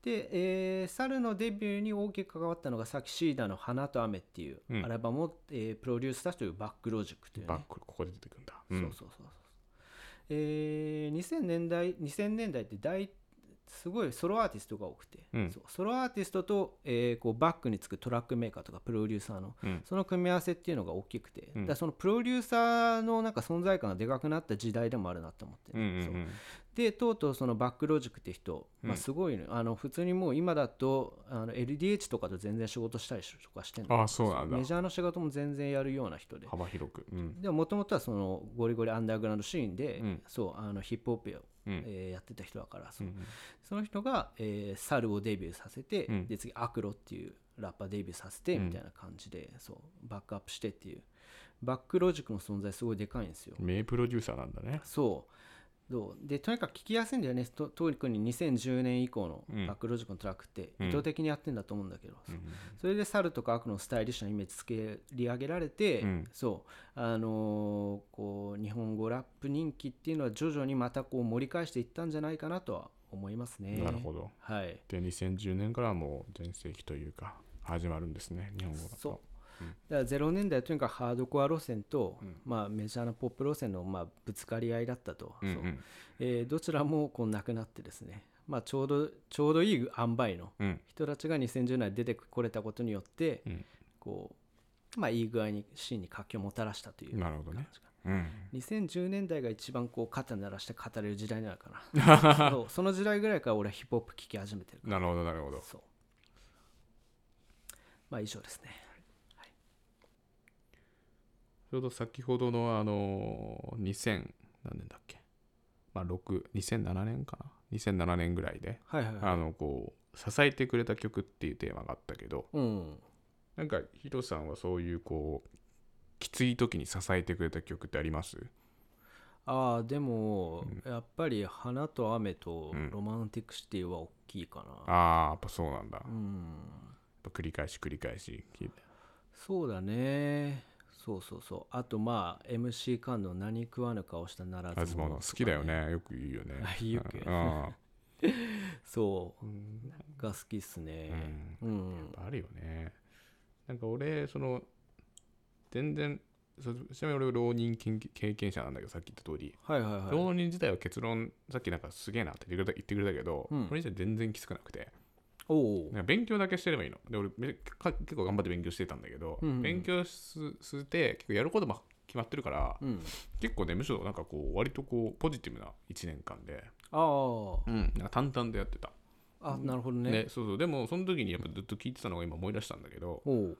Speaker 1: で、えー、猿のデビューに大きく関わったのがさっきシーダの「花と雨」っていう
Speaker 2: うん
Speaker 1: アルバムを、えープロデュースしたというバックロジックという
Speaker 2: バッ
Speaker 1: ね、
Speaker 2: クここで出てくるんだうん
Speaker 1: そうそうそうそう、えー2000年代2000年代って大すごいソロアーティストが多くて、
Speaker 2: うん
Speaker 1: そうソロアーティストと、えーこうバックにつくトラックメーカーとかプロデューサーの
Speaker 2: うん
Speaker 1: その組み合わせっていうのが大きくて、
Speaker 2: うん
Speaker 1: だからそのプロデューサーのなんか存在感がでかくなった時代でもあるなと思って
Speaker 2: う
Speaker 1: ね、
Speaker 2: ん
Speaker 1: そう
Speaker 2: うん
Speaker 1: でとうとうそのバックロジックって人、ま
Speaker 2: うん
Speaker 1: あ、すごいね、あの普通にもう今だとあの LDH とかと全然仕事したりとかしてる
Speaker 2: うんああそうなんだ
Speaker 1: メジャーの仕事も全然やるような人で
Speaker 2: 幅広くうん
Speaker 1: でもともとはそのゴリゴリアンダーグラウンドシーンで、
Speaker 2: うん
Speaker 1: そうあのヒップホップを、
Speaker 2: うん
Speaker 1: えーやってた人だから、
Speaker 2: う
Speaker 1: そうんその人が、えーサルをデビューさせて、
Speaker 2: うん
Speaker 1: で次アクロっていうラッパーデビューさせて
Speaker 2: うん
Speaker 1: みたいな感じで、そうバックアップしてっていうバックロジックの存在すごいでかいんですよ。
Speaker 2: 名プロデューサーなんだね
Speaker 1: そうどうでとにかく聞きやすいんだよねと特に2010年以降の
Speaker 2: うん
Speaker 1: バックロジックのトラックって
Speaker 2: うん
Speaker 1: 意図的にやってんだと思うんだけど、
Speaker 2: う
Speaker 1: そうんそれで猿とか悪のスタイリッシュなイメージつけり上げられて、
Speaker 2: うん
Speaker 1: そうあのーこう日本語ラップ人気っていうのは徐々にまたこう盛り返していったんじゃないかなとは思いますね。
Speaker 2: なるほど
Speaker 1: はい
Speaker 2: で2010年からもう全盛期というか始まるんですね日本語だと
Speaker 1: そう、
Speaker 2: うん
Speaker 1: だから0年代はとにかくハードコア路線と、
Speaker 2: うん
Speaker 1: まあ、メジャーなポップ路線のまあぶつかり合いだったと、
Speaker 2: ん
Speaker 1: そうんえーどちらもこうなくなってですね、まあ、ちょうどちょうどいい塩梅の
Speaker 2: うん
Speaker 1: 人たちが2010年に出てこれたことによって
Speaker 2: うん
Speaker 1: こう、まあ、いい具合にシーンに活気をもたらしたという
Speaker 2: なるほどね
Speaker 1: 感じか
Speaker 2: うん
Speaker 1: 2010年代が一番こう肩鳴らして語れる時代なのかなそうその時代ぐらいから俺はヒップホップ聴き始めてるか
Speaker 2: なるほどなるほ
Speaker 1: ら
Speaker 2: ど
Speaker 1: そうまあ以上ですね
Speaker 2: ちょうど先ほどのあのー2000何年だっけまあ62007年かな2007年ぐらいで
Speaker 1: はいはいはい
Speaker 2: あのこう支えてくれた曲っていうテーマがあったけど
Speaker 1: うん
Speaker 2: なんかヒロさんはそういうこうきつい時に支えてくれた曲ってあります
Speaker 1: ああでも、
Speaker 2: う
Speaker 1: やっぱり「花と雨」と
Speaker 2: う
Speaker 1: 「
Speaker 2: ん
Speaker 1: ロマンティックシティ」は大きいかな、
Speaker 2: ああやっぱそうなんだやっ
Speaker 1: うん
Speaker 2: ぱ繰り返し繰り返し聞いて
Speaker 1: そうだねそうそうそうあとまあ MC 感の何食わぬ顔したなら
Speaker 2: あ
Speaker 1: ず
Speaker 2: ず
Speaker 1: 者
Speaker 2: もの好きだよねよく言うよね
Speaker 1: あ言うけど
Speaker 2: あ
Speaker 1: そう
Speaker 2: ー
Speaker 1: が好きっすねうん、
Speaker 2: あるよね。なんか俺、その、全然、そちなみに俺、浪人経経験者なんだけど、さっき言った通り、
Speaker 1: はいはいはい
Speaker 2: 浪人自体は結論、さっきなんかすげえなって言ってくれた言ってくれたけど、
Speaker 1: うん
Speaker 2: これ自体全然きつくなくて、
Speaker 1: おお
Speaker 2: なんか勉強だけしてればいいの。で、俺、めか結構頑張って勉強してたんだけど、
Speaker 1: うんうん
Speaker 2: 勉強すして、結構やることも決まってるから、
Speaker 1: うん
Speaker 2: 結構ね、むしろなんかこう、割とこう、ポジティブな1年間で、
Speaker 1: あ
Speaker 2: なんか淡々とやってた。
Speaker 1: ああなるほどね
Speaker 2: ね、そうそう、でも、その時にやっぱずっと聞いてたのが今思い出したんだけど、
Speaker 1: おお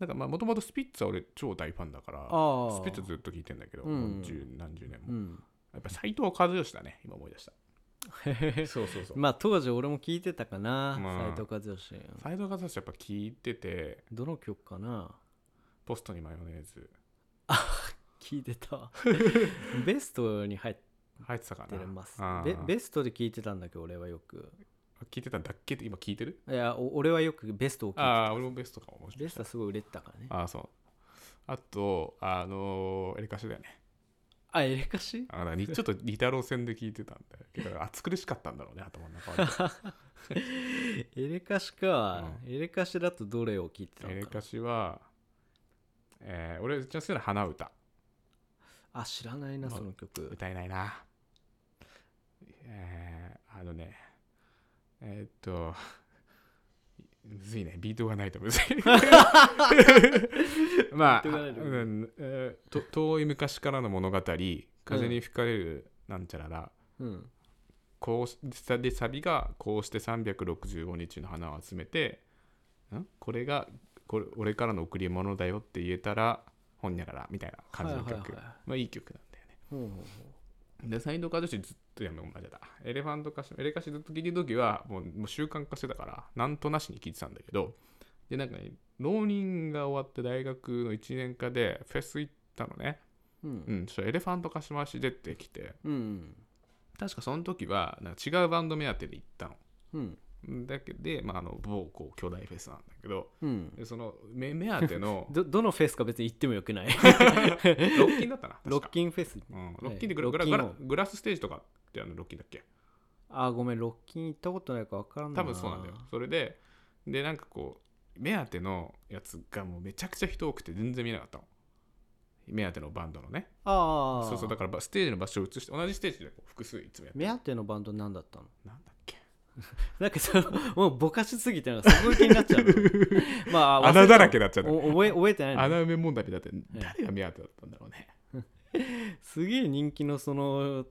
Speaker 2: なんかまあもともとスピッツは俺超大ファンだから、
Speaker 1: ああ
Speaker 2: スピッツずっと聞いてんだけど、
Speaker 1: うん
Speaker 2: もう十何十年も。
Speaker 1: うん
Speaker 2: やっぱ斎藤和義だね、今思い出した。 そうそうそう。
Speaker 1: まあ当時俺も聞いてたかな
Speaker 2: まあ
Speaker 1: 斎藤和義
Speaker 2: 斎藤和義やっぱ聞いてて、
Speaker 1: どの曲かな
Speaker 2: ポストにマヨネーズ。
Speaker 1: 聞いて たベストに入っ
Speaker 2: 入ってたか
Speaker 1: て
Speaker 2: な
Speaker 1: ます
Speaker 2: あー
Speaker 1: ベベストで聞いてたんだけど俺はよく
Speaker 2: 聞いてたんだっけって今聞いてる
Speaker 1: いやお俺はよくベストを聞いてた
Speaker 2: ああ俺もベストかももしか
Speaker 1: ベ
Speaker 2: し
Speaker 1: ス
Speaker 2: た
Speaker 1: トはすごい売れてたからね
Speaker 2: らああそうあとあのーエレカシだよね
Speaker 1: あエレカ シ
Speaker 2: あだからにちょっとリタロー戦で聞いてたんでだから暑苦しかったんだろうね頭の 中は
Speaker 1: エレカシか、エレカシだとどれを聞いてたのか
Speaker 2: エ
Speaker 1: な
Speaker 2: レカシは、えー、俺一番好きなのは花歌
Speaker 1: あ知らないな
Speaker 2: まあ
Speaker 1: その曲
Speaker 2: 歌えないなえー、あのねえー、っとむずいねビートがないと むずいまあ
Speaker 1: ビートがないとむずい
Speaker 2: うんえーと遠い昔からの物語風に吹かれるなんちゃらら、
Speaker 1: うん
Speaker 2: こうしでサビがこうして365日の花を集めてんこれがこれ俺からの贈り物だよって言えたらほんにゃららみたいな感じの曲、
Speaker 1: はいはいはい
Speaker 2: まあいい曲なんだよね
Speaker 1: ほうほうほ
Speaker 2: でサインドカードしてずっとやめまだエレファント歌手エレカシずっと聴いてる時はもうもう習慣化してたからなんとなしに聴いてたんだけどでなんかね浪人が終わって大学の1年間でフェス行ったのね
Speaker 1: ううん
Speaker 2: うんそしたらエレファント歌手回し出てきて
Speaker 1: うん
Speaker 2: 確かその時はなんか違うバンド目当てで行ったの
Speaker 1: うん
Speaker 2: だけで、まあ、あの某こう巨大フェスなんだけど
Speaker 1: うん
Speaker 2: でその目目当て の
Speaker 1: どどのフェスか別に行ってもよ くない
Speaker 2: ロッキンだったな確か
Speaker 1: ロッキンフェス
Speaker 2: うん、ロッキンでグラ,
Speaker 1: はい
Speaker 2: グラ、
Speaker 1: ロッキンを
Speaker 2: グラグラスステージとかってあのロッキンだっけ
Speaker 1: あごめんロッキン行ったことないから分からんな
Speaker 2: 多分そうなんだよそれででなんかこう目当てのやつがもうめちゃくちゃ人多くて全然見えなかったの目当てのバンドのね
Speaker 1: ああ
Speaker 2: そうそうだからばステージの場所を移して同じステージでこう複数いつもやって
Speaker 1: 目当てのバンド何だったの
Speaker 2: なんだっけ
Speaker 1: なんかそのもうぼかしすぎてなんかすごい気になっちゃう のまあ忘れ
Speaker 2: 穴だらけになっちゃった
Speaker 1: お覚え覚えてないの
Speaker 2: 穴埋め問題だって誰が目当てだったんだろうね
Speaker 1: すげえ人気のその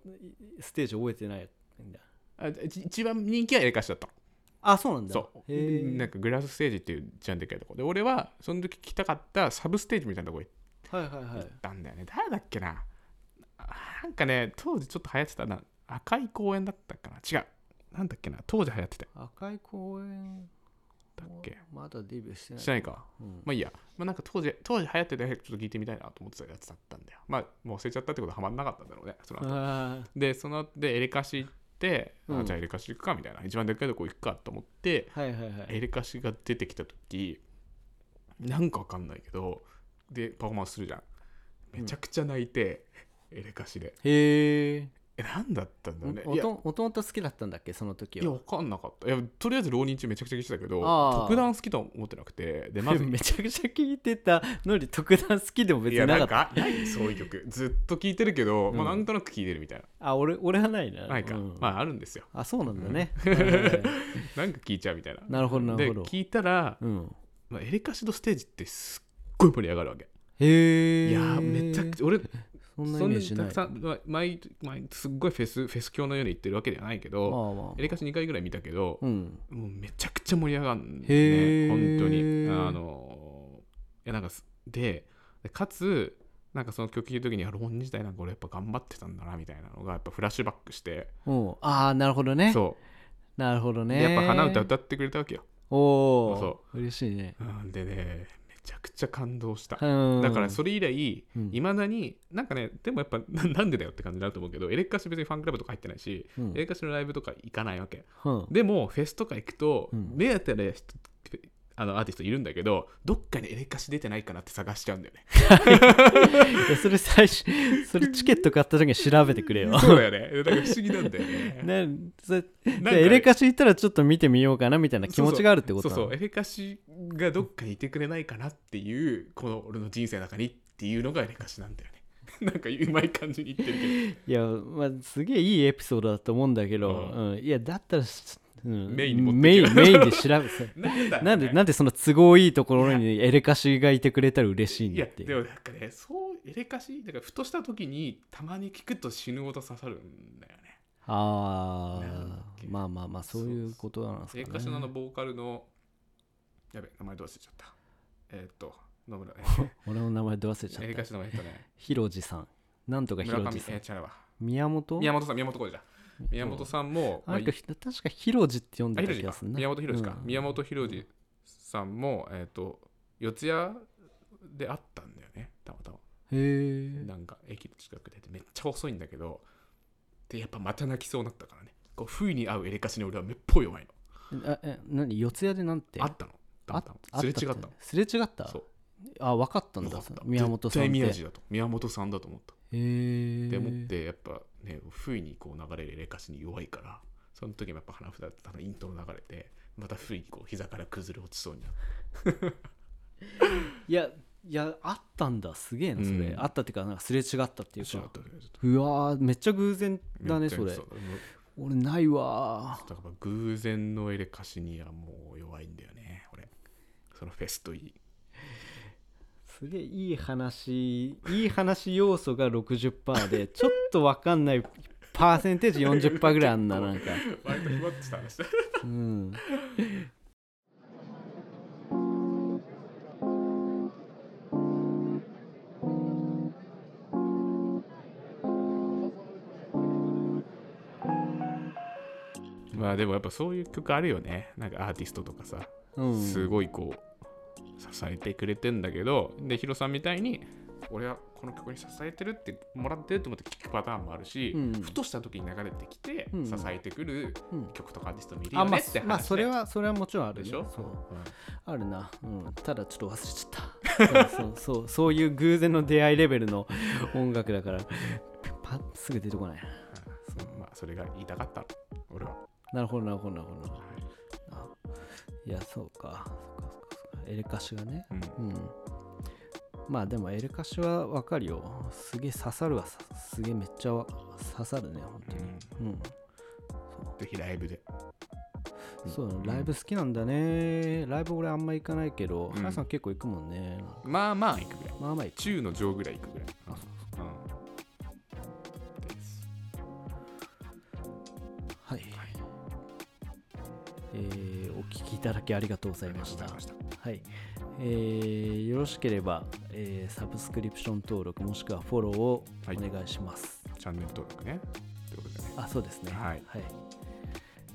Speaker 1: いステージ覚えてないんだ
Speaker 2: あじゃあ一一番人気はエレカシだったの
Speaker 1: あそうなんだ
Speaker 2: そう
Speaker 1: へえ
Speaker 2: なんかグラスステージっていうジャンルでかいとこで俺はその時来たかったサブステージみたいなとこ行っ
Speaker 1: はいはいはい
Speaker 2: たんだよね、誰だっけなあなんかね当時ちょっと流行ってたな赤い公園だったかな違うなんだっけな当時流行ってた
Speaker 1: 赤い公園
Speaker 2: だっけ
Speaker 1: まだデビューしてない
Speaker 2: しないか
Speaker 1: うん
Speaker 2: まあいいや、まあ、なんか当時当時流行ってたやつちょっと聞いてみたいなと思ってたやつだったんだよまあもう忘れちゃったってことはハマんなかったんだろうねその後
Speaker 1: あ
Speaker 2: でその後でエレカシ行って、
Speaker 1: う
Speaker 2: あ
Speaker 1: ん
Speaker 2: じゃあエレカシ行くかみたいな一番でっかいとこ行くかと思って
Speaker 1: ーはいはいはい
Speaker 2: エレカシが出てきた時なんかわかんないけどでパフォーマンスするじゃんめちゃくちゃ泣いて、エレカシで
Speaker 1: へえ
Speaker 2: えなんだったんだろうねいや
Speaker 1: もともと好きだったんだっけその時
Speaker 2: いや
Speaker 1: は
Speaker 2: わかんなかったいやとりあえず浪人中めちゃくちゃ聞いてたけど
Speaker 1: あー
Speaker 2: 特段好きとは思ってなくてでま ず
Speaker 1: めちゃくちゃ聞いてたのに特段好きでも別
Speaker 2: い
Speaker 1: に
Speaker 2: や
Speaker 1: な
Speaker 2: な
Speaker 1: か
Speaker 2: ん
Speaker 1: った
Speaker 2: かないそういう 曲ずっと聞いてるけど、
Speaker 1: うん
Speaker 2: まあ、なんとなく聞いてるみたい
Speaker 1: あ俺俺はないな
Speaker 2: なないか、
Speaker 1: うん
Speaker 2: まああるんですよ
Speaker 1: あそうなんだね、はいはいはい
Speaker 2: なんか聞いちゃうみたいな
Speaker 1: なるほどなるほど
Speaker 2: で聞いたら、
Speaker 1: うん
Speaker 2: まあ、エレカシのステージってすっごい盛り上がるわけ、
Speaker 1: へえ
Speaker 2: いやーめちゃくちゃ俺
Speaker 1: そんなイメージ
Speaker 2: そん
Speaker 1: ない
Speaker 2: なにたくさんま毎毎すっごいフェスフェス教のように行ってるわけではないけど、
Speaker 1: まあまあ
Speaker 2: エレカシ2回ぐらい見たけど、
Speaker 1: うん
Speaker 2: もうめちゃくちゃ盛り上がるね
Speaker 1: へー
Speaker 2: 本当にあのいやなんかすででかつなんかその曲聴いた時にあ浪人時代なんか俺やっぱ頑張ってたんだなみたいなのがやっぱフラッシュバックして
Speaker 1: うんああなるほどね
Speaker 2: そ
Speaker 1: なるほど
Speaker 2: う、
Speaker 1: ね
Speaker 2: でやっぱ花歌歌ってくれたわけよ、
Speaker 1: おお嬉しいね
Speaker 2: うん、でねめちゃくちゃ感動した、
Speaker 1: うん
Speaker 2: だからそれ以来
Speaker 1: うん
Speaker 2: いまだになんかねでもやっぱななんでだよって感じになると思うけどエレカシ別にファンクラブとか入ってないし、
Speaker 1: うん
Speaker 2: エレカシのライブとか行かないわけ
Speaker 1: うん
Speaker 2: でもフェスとか行くと、
Speaker 1: うん
Speaker 2: 目当ての人あのアーティストいるんだけどどっかにエレカシ出てないかなって探しちゃうんだよね
Speaker 1: いやそれ最 初それチケット買った時に調べてくれよ
Speaker 2: そうだよねだから不思議なんだよ ね
Speaker 1: ねそれ
Speaker 2: んか
Speaker 1: でエレカシ行ったらちょっと見てみようかなみたいな気持ちがあるってこ
Speaker 2: そ
Speaker 1: と
Speaker 2: う
Speaker 1: な
Speaker 2: そうエレカシがどっかにいてくれないかなっていうこの俺の人生の中にっていうのがエレカシなんだよね なんかうまい感じに言ってる
Speaker 1: いや、まあ、すげえいいエピソードだと思うんだけど、
Speaker 2: う
Speaker 1: うんいやだったら、うん
Speaker 2: メインに持って
Speaker 1: メイ
Speaker 2: け
Speaker 1: ンメインで調べて
Speaker 2: けどなんだろうね
Speaker 1: なんでなんでその都合いいところにエレカシがいてくれたら嬉しいん
Speaker 2: い
Speaker 1: だ
Speaker 2: や
Speaker 1: って
Speaker 2: でもなんかねそうエレカシだからふとした時にたまに聞くと死ぬほど刺さるんだよね
Speaker 1: あ
Speaker 2: なんだっ
Speaker 1: あ
Speaker 2: け
Speaker 1: まあまあまあそういうことなんです
Speaker 2: エレ
Speaker 1: か
Speaker 2: カシのあの
Speaker 1: ね
Speaker 2: ボーカルのやべ名前どう忘れちゃったえーっと野村ね
Speaker 1: 俺の名前ど忘れちゃ
Speaker 2: エ
Speaker 1: っ
Speaker 2: レ
Speaker 1: た
Speaker 2: カシの名前えっとね
Speaker 1: ひろじさんなんとかひ
Speaker 2: 村
Speaker 1: ろ
Speaker 2: 上
Speaker 1: じさ
Speaker 2: え
Speaker 1: ん
Speaker 2: ー違うわ
Speaker 1: 宮本
Speaker 2: 宮本さん宮本浩二だ宮本さんも
Speaker 1: あなんか
Speaker 2: ま
Speaker 1: ひ確かひろじって呼ん
Speaker 2: あ
Speaker 1: で
Speaker 2: ひ
Speaker 1: た気が
Speaker 2: ろじか
Speaker 1: するな
Speaker 2: 宮本浩二か
Speaker 1: うん
Speaker 2: 宮本浩二さんもえーっと四谷で会ったんだよねたまたま
Speaker 1: へえ
Speaker 2: なんか駅の近くででめっちゃ遅いんだけどでやっぱまた泣きそうになったからねこう不意に合うエレカシに俺はめっぽい弱いの
Speaker 1: あえ何四谷でなんて
Speaker 2: あったのだんだんすれ違ったの
Speaker 1: すれ違った
Speaker 2: そう
Speaker 1: あ分かったん
Speaker 2: 分か
Speaker 1: だ
Speaker 2: った
Speaker 1: 宮本さんって
Speaker 2: 絶対宮地だと宮本さんだと思った
Speaker 1: へえ
Speaker 2: でもってやっぱね不意にこう流れるレカシに弱いからその時もやっぱ花札だったらイントロ流れてまた不意にこう膝から崩れ落ちそうになる
Speaker 1: いやいやあったんだすげえなそれ、
Speaker 2: うん
Speaker 1: あったっていうかなんかすれ違ったっていう
Speaker 2: ちょ
Speaker 1: か
Speaker 2: っとちょっと
Speaker 1: うわーめっちゃ偶然だねそれ
Speaker 2: うだ
Speaker 1: 俺ないわ
Speaker 2: だから偶然のエレカシにはもう弱いんだよね俺そのフェスとい い
Speaker 1: すげえいい話いい話要素が60%でちょっと分かんないパーセンテージ40%ぐらいあんななんか
Speaker 2: 割とふわっとした話だ
Speaker 1: うん
Speaker 2: まあでもやっぱそういう曲あるよねなんかアーティストとかさ
Speaker 1: うん
Speaker 2: すごいこう支えてくれてんだけどでヒロさんみたいに俺はこの曲に支えてるってもらってると思って聴くパターンもあるし、
Speaker 1: うん
Speaker 2: ふとした時に流れてきて
Speaker 1: うん
Speaker 2: 支えてくる
Speaker 1: うん
Speaker 2: 曲とかアーティストもいる
Speaker 1: あ
Speaker 2: よ
Speaker 1: ま
Speaker 2: ね
Speaker 1: あ
Speaker 2: って話で、
Speaker 1: まあそれはそれはもちろんあるね
Speaker 2: でしょ
Speaker 1: そう
Speaker 2: うん
Speaker 1: あるな、うん、ただちょっと忘れちゃった そうそうそうそういう偶然の出会いレベルの音楽だからパッすぐ出てこない
Speaker 2: まあそれが言いたかったの俺は、
Speaker 1: なるほどなるほどなるほど
Speaker 2: はい
Speaker 1: あいやそうかそうかそうかそうかエレカシがね
Speaker 2: うん
Speaker 1: うんまあでもエレカシはわかるよすげえ刺さるわさすげえめっちゃわ刺さるね本当にうん
Speaker 2: ぜひライブで
Speaker 1: そうだね
Speaker 2: うん
Speaker 1: ライブ好きなんだねライブ俺あんま行かないけど
Speaker 2: ん
Speaker 1: 原さん結構行くもんね
Speaker 2: まあまあいくぐらい
Speaker 1: まあまあ行く
Speaker 2: 中の上ぐらいいくぐらい
Speaker 1: あ
Speaker 2: うんです
Speaker 1: はい、えーお聞きいただきありがとうございました
Speaker 2: ありがとうございま
Speaker 1: はいえーよろしければ、えーサブスクリプション登録もしくはフォローを
Speaker 2: はい
Speaker 1: お願いします、
Speaker 2: したチャンネル登録ねということでね
Speaker 1: あそうですね
Speaker 2: はい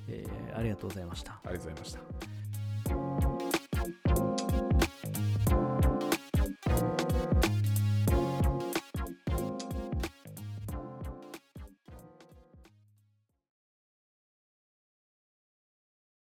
Speaker 1: えーありがとうございました
Speaker 2: ありがとうございました